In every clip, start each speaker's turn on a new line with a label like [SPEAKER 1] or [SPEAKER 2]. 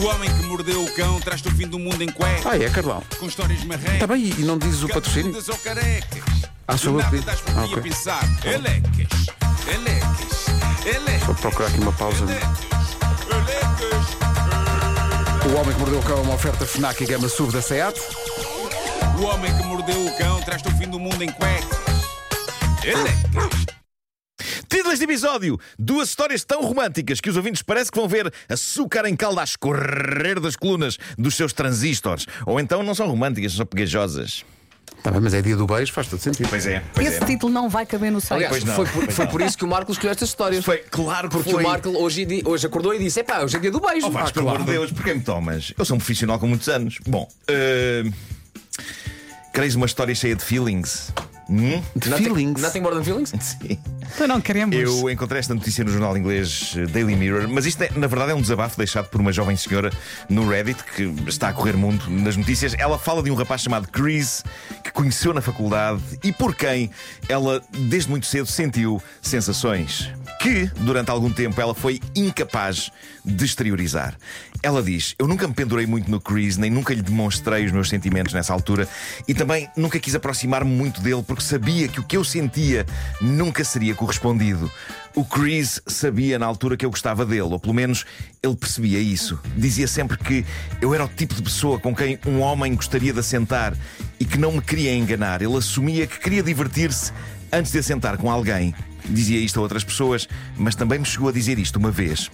[SPEAKER 1] O homem que mordeu o cão traz-te o fim do mundo em cueca.
[SPEAKER 2] Ah, é, Carlão.
[SPEAKER 1] Com histórias marrecas.
[SPEAKER 2] Está Tá bem, e não dizes o patrocínio?
[SPEAKER 1] Cabeçudas ou carecas.
[SPEAKER 2] Ah, sou eu
[SPEAKER 1] Do nada
[SPEAKER 2] que digo.
[SPEAKER 1] das por
[SPEAKER 2] Ah,
[SPEAKER 1] ti a
[SPEAKER 2] ok.
[SPEAKER 1] pensar. Elecas, elecas, elecas.
[SPEAKER 2] Vou procurar aqui uma pausa.
[SPEAKER 1] Elecas,
[SPEAKER 2] O Homem que Mordeu o Cão é uma oferta FNAC e Gama Sub da SEAT.
[SPEAKER 1] elecas. O homem que mordeu o cão traz-te o fim do mundo em cuecas. Elecas.
[SPEAKER 3] Título deste episódio: Duas histórias tão românticas que os ouvintes parece que vão ver açúcar em calda a escorrer das colunas dos seus transistores. Ou então não são românticas, são só pegajosas.
[SPEAKER 2] Está bem, mas é dia do beijo, faz todo sentido.
[SPEAKER 3] Pois é, pois
[SPEAKER 4] Esse
[SPEAKER 3] é.
[SPEAKER 4] título não vai caber no site.
[SPEAKER 5] Aliás,
[SPEAKER 3] Pois não,
[SPEAKER 5] foi, por,
[SPEAKER 3] pois
[SPEAKER 5] foi
[SPEAKER 3] não.
[SPEAKER 5] por isso que o Marco escolheu estas histórias.
[SPEAKER 3] Foi claro que
[SPEAKER 5] é. Porque
[SPEAKER 3] foi.
[SPEAKER 5] o Marco hoje, em dia- hoje acordou e disse: Epá, hoje é dia do beijo.
[SPEAKER 3] Oh, Vasco,
[SPEAKER 5] Ah,
[SPEAKER 3] pelo amor de Deus, porquê me tomas? Eu sou um profissional com muitos anos. Bom, uh... queres uma história cheia de feelings? Hum?
[SPEAKER 2] De
[SPEAKER 5] nothing,
[SPEAKER 2] feelings.
[SPEAKER 5] Nothing more than feelings?
[SPEAKER 3] Sim.
[SPEAKER 4] Então não queremos.
[SPEAKER 3] Eu encontrei esta notícia no jornal inglês eh, Daily Mirror, mas isto é, na verdade é um desabafo deixado por uma jovem senhora no Reddit que está a correr mundo nas notícias. Ela fala de um rapaz chamado Chris que conheceu na faculdade e por quem ela desde muito cedo sentiu sensações que durante algum tempo ela foi incapaz de exteriorizar. Ela diz: Eu nunca me pendurei muito no Chris, nem nunca lhe demonstrei os meus sentimentos nessa altura e também nunca quis aproximar-me muito dele porque sabia que o que eu sentia nunca seria correspondido. O Chris sabia na altura que eu gostava dele, ou pelo menos ele percebia isso. Dizia sempre que eu era o tipo de pessoa com quem um homem gostaria de assentar e que não me queria enganar. Ele assumia que queria divertir-se antes de assentar com alguém. Dizia isto a outras pessoas, mas também me chegou a dizer isto uma vez.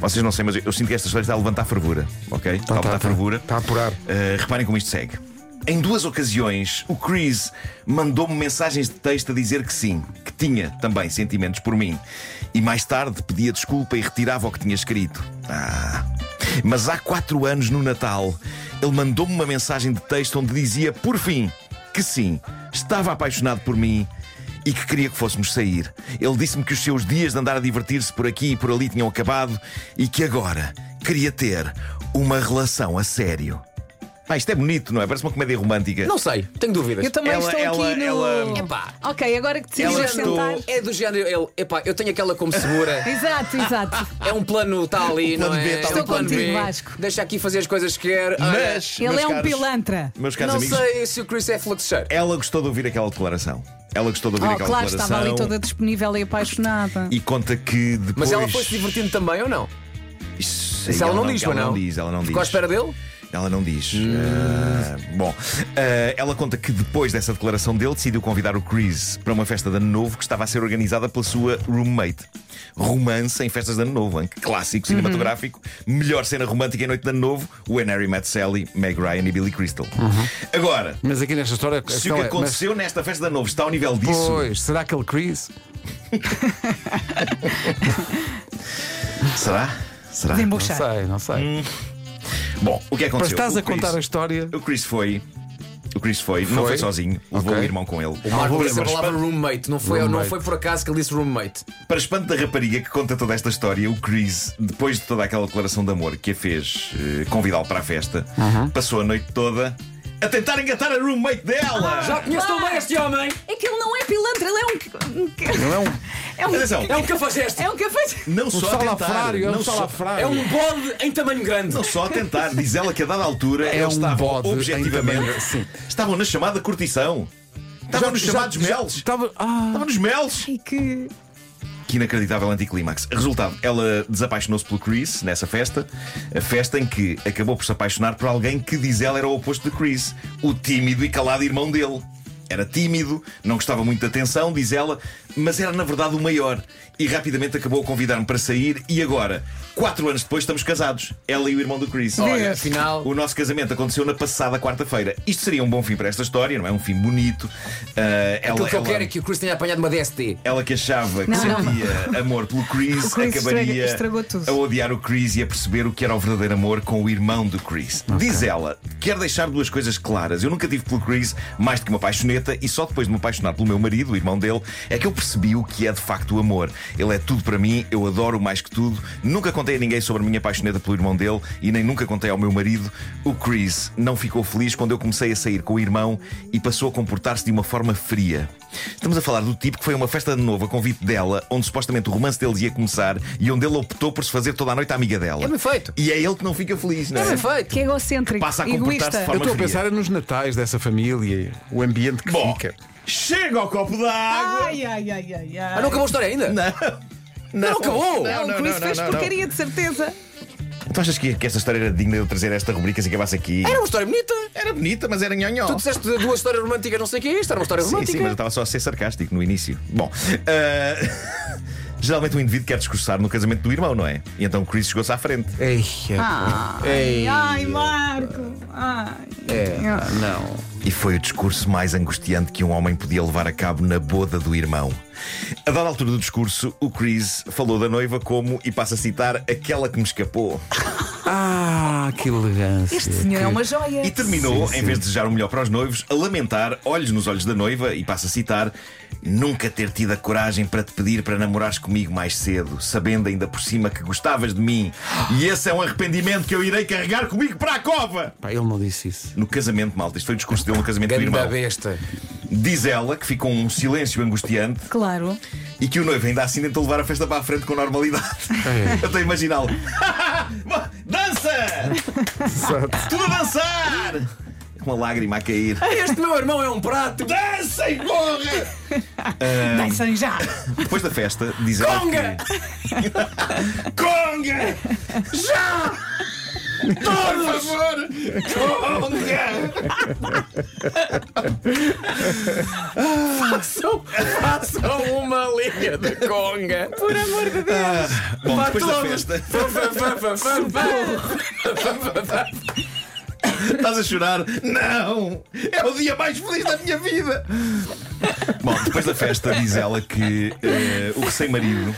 [SPEAKER 3] Vocês não sei, mas eu, eu sinto que esta história está a levantar fervura, ok? Está a levantar
[SPEAKER 2] tá.
[SPEAKER 3] fervura.
[SPEAKER 2] Está a apurar.
[SPEAKER 3] Uh, reparem como isto segue. Em duas ocasiões, o Chris mandou-me mensagens de texto a dizer que sim, que tinha também sentimentos por mim. E mais tarde pedia desculpa e retirava o que tinha escrito. Ah. Mas há quatro anos, no Natal, ele mandou-me uma mensagem de texto onde dizia, por fim, que sim, estava apaixonado por mim e que queria que fôssemos sair. Ele disse-me que os seus dias de andar a divertir-se por aqui e por ali tinham acabado e que agora queria ter uma relação a sério. Ah, isto é bonito, não é? Parece uma comédia romântica.
[SPEAKER 5] Não sei, tenho dúvidas.
[SPEAKER 4] Eu também
[SPEAKER 3] Ela-
[SPEAKER 4] estou
[SPEAKER 3] ela-
[SPEAKER 4] aqui no.
[SPEAKER 3] ela-
[SPEAKER 5] Epá.
[SPEAKER 4] Ok, agora que
[SPEAKER 3] Ela
[SPEAKER 4] decidiram
[SPEAKER 3] estou-
[SPEAKER 4] sentar.
[SPEAKER 5] É do género, ele, epá, eu tenho aquela como segura.
[SPEAKER 4] Exato, exato.
[SPEAKER 5] É um plano tal ali,
[SPEAKER 3] O
[SPEAKER 5] não
[SPEAKER 3] plano B
[SPEAKER 5] é?
[SPEAKER 3] está
[SPEAKER 5] É um
[SPEAKER 3] ali. Estou
[SPEAKER 5] plano B.
[SPEAKER 4] contigo, Vasco.
[SPEAKER 5] Deixa aqui fazer as coisas que quer. Olha,
[SPEAKER 3] Mas.
[SPEAKER 4] Ele
[SPEAKER 3] meus
[SPEAKER 4] é um
[SPEAKER 3] caros-
[SPEAKER 4] pilantra.
[SPEAKER 3] Meus caros
[SPEAKER 5] Não
[SPEAKER 3] amigos,
[SPEAKER 5] sei se o Chris é fluxeiro.
[SPEAKER 3] ela gostou de ouvir aquela declaração. Ela gostou de ouvir
[SPEAKER 4] Oh,
[SPEAKER 3] aquela
[SPEAKER 4] claro,
[SPEAKER 3] declaração.
[SPEAKER 4] estava ali toda disponível e apaixonada.
[SPEAKER 3] E conta que depois.
[SPEAKER 5] Mas ela foi se divertindo também ou não?
[SPEAKER 3] Isso,
[SPEAKER 5] Isso ela não diz,
[SPEAKER 3] ela
[SPEAKER 5] ou não?
[SPEAKER 3] diz, ela não
[SPEAKER 5] Ficou à
[SPEAKER 3] diz.
[SPEAKER 5] espera dele? Hum.
[SPEAKER 3] Ela não diz. Ah, bom, Ah, ela conta que depois dessa declaração dele decidiu convidar o Chris para uma festa de ano novo que estava a ser organizada pela sua roommate. Romance em festas de ano novo, em que clássico cinematográfico, melhor cena romântica em noite de ano novo: When Harry Met Sally, Meg Ryan e Billy Crystal. Agora,
[SPEAKER 2] Mas aqui nesta história. a
[SPEAKER 3] se
[SPEAKER 2] questão
[SPEAKER 3] o que
[SPEAKER 2] é, mas,
[SPEAKER 3] aconteceu nesta festa de ano novo está ao nível disso,
[SPEAKER 2] pois, será aquele Chris?
[SPEAKER 3] será? Será?
[SPEAKER 2] Não
[SPEAKER 4] Desembuchar.
[SPEAKER 2] sei, não sei.
[SPEAKER 3] Bom, o que
[SPEAKER 2] Mas
[SPEAKER 3] aconteceu?
[SPEAKER 2] estás
[SPEAKER 3] O
[SPEAKER 2] a contar
[SPEAKER 3] Chris-
[SPEAKER 2] a história.
[SPEAKER 3] O Chris foi. O Chris foi, não
[SPEAKER 2] Foi?
[SPEAKER 3] foi sozinho, levou
[SPEAKER 2] Ok.
[SPEAKER 3] o irmão com ele.
[SPEAKER 5] Marco
[SPEAKER 2] vou-
[SPEAKER 5] disse a
[SPEAKER 2] mas-
[SPEAKER 5] palavra roommate. Não foi, não
[SPEAKER 2] Roommate.
[SPEAKER 5] foi por acaso que ele disse roommate.
[SPEAKER 3] Para espanto da rapariga que conta toda esta história, o Chris, depois de toda aquela declaração de amor que a fez eh, convidá-lo para a festa, passou a noite toda a tentar engatar a roommate
[SPEAKER 2] Ah,
[SPEAKER 3] dela.
[SPEAKER 5] Já conheço tão bem este homem!
[SPEAKER 4] É que ele não é pilantra, ele é um.
[SPEAKER 2] Não é um,
[SPEAKER 4] É um.
[SPEAKER 3] Atenção,
[SPEAKER 5] É um cafajeste!
[SPEAKER 4] É um café.
[SPEAKER 3] não
[SPEAKER 2] um
[SPEAKER 3] só a tentar,
[SPEAKER 2] salafrário, é um
[SPEAKER 3] não, só,
[SPEAKER 2] salafrário.
[SPEAKER 5] É um bode em tamanho grande!
[SPEAKER 3] não só a tentar, diz ela que a dada altura
[SPEAKER 2] É
[SPEAKER 3] eles
[SPEAKER 2] um
[SPEAKER 3] estavam
[SPEAKER 2] bode em tamanho-
[SPEAKER 3] objetivamente
[SPEAKER 2] sim.
[SPEAKER 3] estavam na chamada curtição, estavam nos chamados
[SPEAKER 2] já-
[SPEAKER 3] melos,
[SPEAKER 2] Estava. Ah,
[SPEAKER 3] estavam nos melos.
[SPEAKER 4] E que.
[SPEAKER 3] Que inacreditável anticlimax. Resultado, ela desapaixonou-se pelo Chris nessa festa, a festa em que acabou por se apaixonar por alguém que diz ela era o oposto de Chris, o tímido e calado irmão dele. Era tímido, não gostava muito de atenção, diz ela, mas era na verdade o maior. E rapidamente acabou a convidar-me para sair, e agora, quatro anos depois, estamos casados. Ela e o irmão do Chris.
[SPEAKER 5] Olha, afinal.
[SPEAKER 3] O nosso casamento aconteceu na passada quarta-feira. Isto seria um bom fim para esta história, não é? Um fim bonito. Ah,
[SPEAKER 5] Aquilo
[SPEAKER 3] ela-
[SPEAKER 5] que eu
[SPEAKER 3] ela-
[SPEAKER 5] quero é que o Chris tenha apanhado uma DST.
[SPEAKER 3] ela que achava que
[SPEAKER 4] Não, não.
[SPEAKER 3] sentia amor pelo Chris,
[SPEAKER 4] O Chris
[SPEAKER 3] acabaria
[SPEAKER 4] estraga- estragou tudo.
[SPEAKER 3] a odiar o Chris e a perceber o que era o verdadeiro amor com o irmão do Chris. Diz ela: quero deixar duas coisas claras. Eu nunca tive pelo Chris mais do que uma paixoneta e só depois de me apaixonar pelo meu marido, o irmão dele, é que eu percebi o que é de facto o amor. Ele é tudo para mim, eu adoro mais que tudo. Nunca contei a ninguém sobre a minha paixoneta pelo irmão dele e nem nunca contei ao meu marido. O Chris não ficou feliz quando eu comecei a sair com o irmão e passou a comportar-se de uma forma fria. Estamos a falar do tipo que foi a uma festa de novo a convite dela, onde supostamente o romance deles ia começar e onde ele optou por se fazer toda a noite a amiga dela.
[SPEAKER 5] É bem feito.
[SPEAKER 3] E é ele que não fica feliz, não é?
[SPEAKER 5] É bem feito.
[SPEAKER 4] Que egocêntrico,
[SPEAKER 3] Passa a comportar-se de
[SPEAKER 4] egoísta.
[SPEAKER 2] Eu
[SPEAKER 3] forma
[SPEAKER 2] estou a
[SPEAKER 3] fria.
[SPEAKER 2] pensar é nos natais dessa família, o ambiente que
[SPEAKER 3] Bom,
[SPEAKER 2] fica.
[SPEAKER 3] chega ao copo d'água!
[SPEAKER 4] Ai, ai, ai, ai, ai.
[SPEAKER 5] Ah, não acabou a história ainda? Não. Não, acabou!
[SPEAKER 4] É um
[SPEAKER 3] não,
[SPEAKER 4] Chris
[SPEAKER 3] não,
[SPEAKER 4] fez
[SPEAKER 3] não, não.
[SPEAKER 4] porcaria, de certeza.
[SPEAKER 3] Tu achas que, que esta história era digna de eu trazer esta rubrica se acabasse aqui?
[SPEAKER 5] Era um- uma história bonita.
[SPEAKER 3] Era bonita, mas era nhonhó.
[SPEAKER 5] Tu disseste duas histórias românticas, não sei o que é isto. Era uma história
[SPEAKER 3] Sim,
[SPEAKER 5] romântica.
[SPEAKER 3] sim, mas eu estava só a ser sarcástico no início. Bom, ah, geralmente o indivíduo quer discursar no casamento do irmão, não é? E então o Chris chegou-se à frente.
[SPEAKER 5] Ei,
[SPEAKER 4] Ai, ai, Marco. Ai.
[SPEAKER 3] É,
[SPEAKER 5] não.
[SPEAKER 3] E foi o discurso mais angustiante que um homem podia levar a cabo na boda do irmão. A dada altura do discurso, o Chris falou da noiva como, e passo a citar, aquela que me escapou.
[SPEAKER 5] Ah, que elegância.
[SPEAKER 4] Este senhor é uma joia.
[SPEAKER 3] E terminou, em vez de desejar o melhor para os noivos, a lamentar, olhos nos olhos da noiva, e passo a citar, nunca ter tido a coragem para te pedir para namorares comigo mais cedo, sabendo ainda por cima que gostavas de mim. E esse é um arrependimento que eu irei carregar comigo para a cova.
[SPEAKER 5] Pá, ele não disse isso.
[SPEAKER 3] No casamento, malta, isto foi o discurso dele no casamento do
[SPEAKER 5] Ganda
[SPEAKER 3] irmão.
[SPEAKER 5] besta.
[SPEAKER 3] Diz ela que ficou um silêncio angustiante
[SPEAKER 4] Claro.
[SPEAKER 3] e que o noivo ainda assim tentou levar a festa para a frente com normalidade. Eu estou a imaginá-lo. Dança! Tudo a dançar! Com uma lágrima a cair.
[SPEAKER 5] Este meu irmão é um prato.
[SPEAKER 3] Dancem, porra!
[SPEAKER 4] Dancem já.
[SPEAKER 3] Depois da festa, diz ela.
[SPEAKER 5] Conga!
[SPEAKER 3] Que... Conga! Já! Por favor! Conga!
[SPEAKER 5] Façam, façam uma linha de conga.
[SPEAKER 4] Por amor de Deus.
[SPEAKER 3] Ah, Bom,
[SPEAKER 5] Para
[SPEAKER 3] depois da
[SPEAKER 5] todos.
[SPEAKER 3] festa,
[SPEAKER 5] Fã, fã, fã, fã, fã, fã.
[SPEAKER 3] estás a chorar. Não! É o dia mais feliz da minha vida! Bom, depois da festa, diz ela que eh, o recém-marido.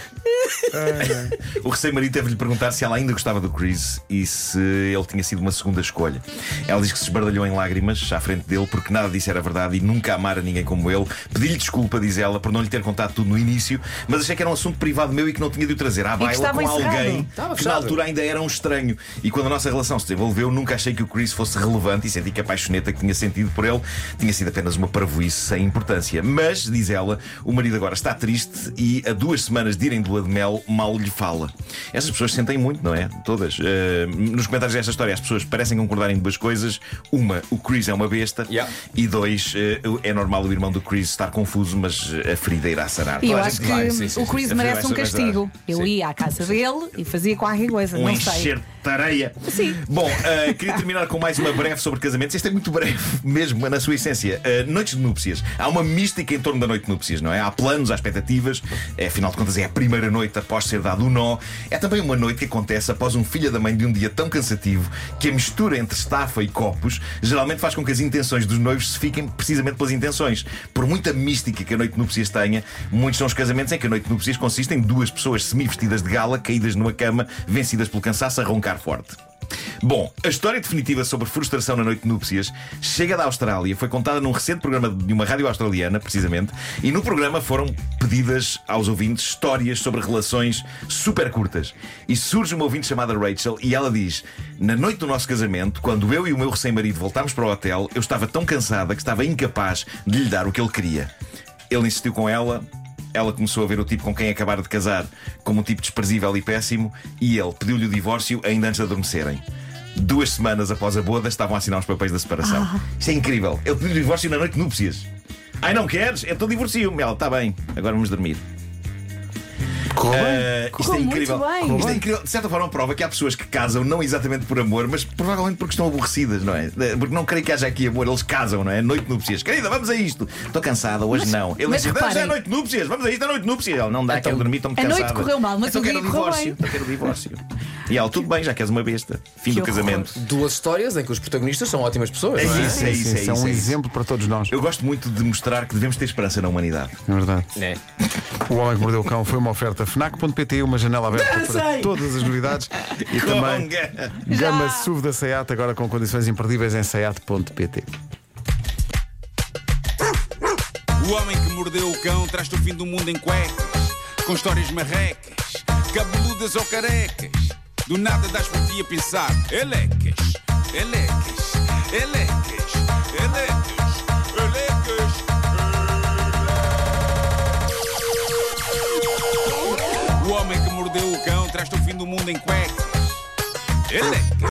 [SPEAKER 3] o recém-marido teve-lhe perguntar se ela ainda gostava do Chris e se ele tinha sido uma segunda escolha. Ela diz que se esbardalhou em lágrimas à frente dele porque nada disso era verdade e nunca amara ninguém como ele. Pedi-lhe desculpa, diz ela, por não lhe ter contado tudo no início, mas achei que era um assunto privado meu e que não tinha de o trazer à baila
[SPEAKER 4] estava
[SPEAKER 3] com
[SPEAKER 4] encerrado.
[SPEAKER 3] alguém
[SPEAKER 5] Estava
[SPEAKER 3] que na
[SPEAKER 5] fechado.
[SPEAKER 3] altura ainda era um estranho. E quando a nossa relação se desenvolveu, nunca achei que o Chris fosse relevante e senti que a paixoneta que tinha sentido por ele tinha sido apenas uma parvoíce sem importância. Mas, diz ela, o marido agora está triste e a duas semanas de irem de lua de mel mal lhe fala. Essas pessoas sentem muito, não é? Todas. Eh, nos comentários desta história, as pessoas parecem concordar em duas coisas. Uma, o Chris é uma besta.
[SPEAKER 5] Yeah.
[SPEAKER 3] E dois, eh, é normal o irmão do Chris estar confuso, mas eh, a ferida irá sarar.
[SPEAKER 4] E eu
[SPEAKER 3] Toda a
[SPEAKER 4] acho
[SPEAKER 3] gente
[SPEAKER 4] que
[SPEAKER 3] vai, sim, sim, sim.
[SPEAKER 4] o Chris
[SPEAKER 3] A ferida
[SPEAKER 4] merece um
[SPEAKER 3] vai sarar.
[SPEAKER 4] castigo. Eu
[SPEAKER 3] Sim.
[SPEAKER 4] ia à casa dele e fazia qualquer coisa.
[SPEAKER 3] Um
[SPEAKER 4] não sei.
[SPEAKER 3] enxerto de areia.
[SPEAKER 4] Sim.
[SPEAKER 3] Bom, ah, queria terminar com mais uma breve sobre casamentos. Este é muito breve, mesmo na sua essência. Ah, noites de núpcias. Há uma mística em torno da noite de núpcias, não é? Há planos, há expectativas. É, afinal de contas, é a primeira noite após ser dado o nó. É também uma noite que acontece após um filho da mãe de um dia tão cansativo que a mistura entre estafa e copos geralmente faz com que as intenções dos noivos se fiquem precisamente pelas intenções. Por muita mística que a noite de núpcias tenha, muitos são os casamentos em que a noite de núpcias consiste em duas pessoas semi-vestidas de gala, caídas numa cama, vencidas pelo cansaço, a roncar forte. Bom, a história definitiva sobre frustração na noite de núpcias chega da Austrália, foi contada num recente programa de uma rádio australiana, precisamente, e no programa foram pedidas aos ouvintes histórias sobre relações super curtas. E surge uma ouvinte chamada Rachel e ela diz: Na noite do nosso casamento, quando eu e o meu recém-marido voltámos para o hotel, eu estava tão cansada que estava incapaz de lhe dar o que ele queria. Ele insistiu com ela, ela começou a ver o tipo com quem acabara de casar como um tipo desprezível e péssimo, e ele pediu-lhe o divórcio ainda antes de adormecerem. Duas semanas após a boda, estavam a assinar os papéis da separação.
[SPEAKER 4] Ah.
[SPEAKER 3] Isto é incrível. Ele pediu o divórcio na noite de núpcias. Ai, não queres? Então divorcio-me. Ela, está bem, agora vamos dormir. Ah, isto é
[SPEAKER 4] Correu muito
[SPEAKER 3] incrível.
[SPEAKER 4] bem.
[SPEAKER 3] Isto é incrível. De certa forma, prova que há pessoas que casam não exatamente por amor, mas provavelmente porque estão aborrecidas, não é? Eh, Porque não creio que haja aqui amor. Eles casam, não é? Noite de núpcias. Querida, vamos a isto. Estou cansada, hoje não. Ele
[SPEAKER 4] mas
[SPEAKER 3] diz: "Não, já é
[SPEAKER 4] reparem-
[SPEAKER 3] noite de núpcias, vamos a isto, é noite de núpcias. Ela não dá,
[SPEAKER 5] Então,
[SPEAKER 3] quero dormir, estou-me
[SPEAKER 4] a
[SPEAKER 3] cansada.
[SPEAKER 4] noite correu mal, mas
[SPEAKER 3] então
[SPEAKER 4] o
[SPEAKER 3] quero
[SPEAKER 4] dia correu
[SPEAKER 3] divórcio.
[SPEAKER 4] bem.
[SPEAKER 3] Então quero divórcio. E ela, tudo bem, já queres uma besta. Fim
[SPEAKER 4] Que
[SPEAKER 3] do
[SPEAKER 4] horror.
[SPEAKER 3] casamento.
[SPEAKER 5] Duas histórias em que os protagonistas são ótimas pessoas.
[SPEAKER 3] É
[SPEAKER 5] não
[SPEAKER 3] isso,
[SPEAKER 2] Sim,
[SPEAKER 3] é isso, é
[SPEAKER 2] isso é
[SPEAKER 3] isso.
[SPEAKER 2] um
[SPEAKER 3] é isso.
[SPEAKER 2] exemplo para todos nós.
[SPEAKER 3] Eu gosto muito de mostrar que devemos ter esperança na humanidade.
[SPEAKER 2] É verdade.
[SPEAKER 5] É.
[SPEAKER 2] O Homem que Mordeu o Cão foi uma oferta FNAC.pt, uma janela aberta para todas as novidades e também
[SPEAKER 3] Conga!
[SPEAKER 2] gama SUV da SEAT, agora com condições imperdíveis em SEAT.pt.
[SPEAKER 1] O homem que mordeu o cão traz-te o fim do mundo em cuecas, com histórias marrecas, cabeludas ou carecas. Do nada das por ti a pensar, elecas, elecas, elecas, elecas, elecas. elecas. mordeu o cão, traz-te o fim do mundo em cuecas. Elecas.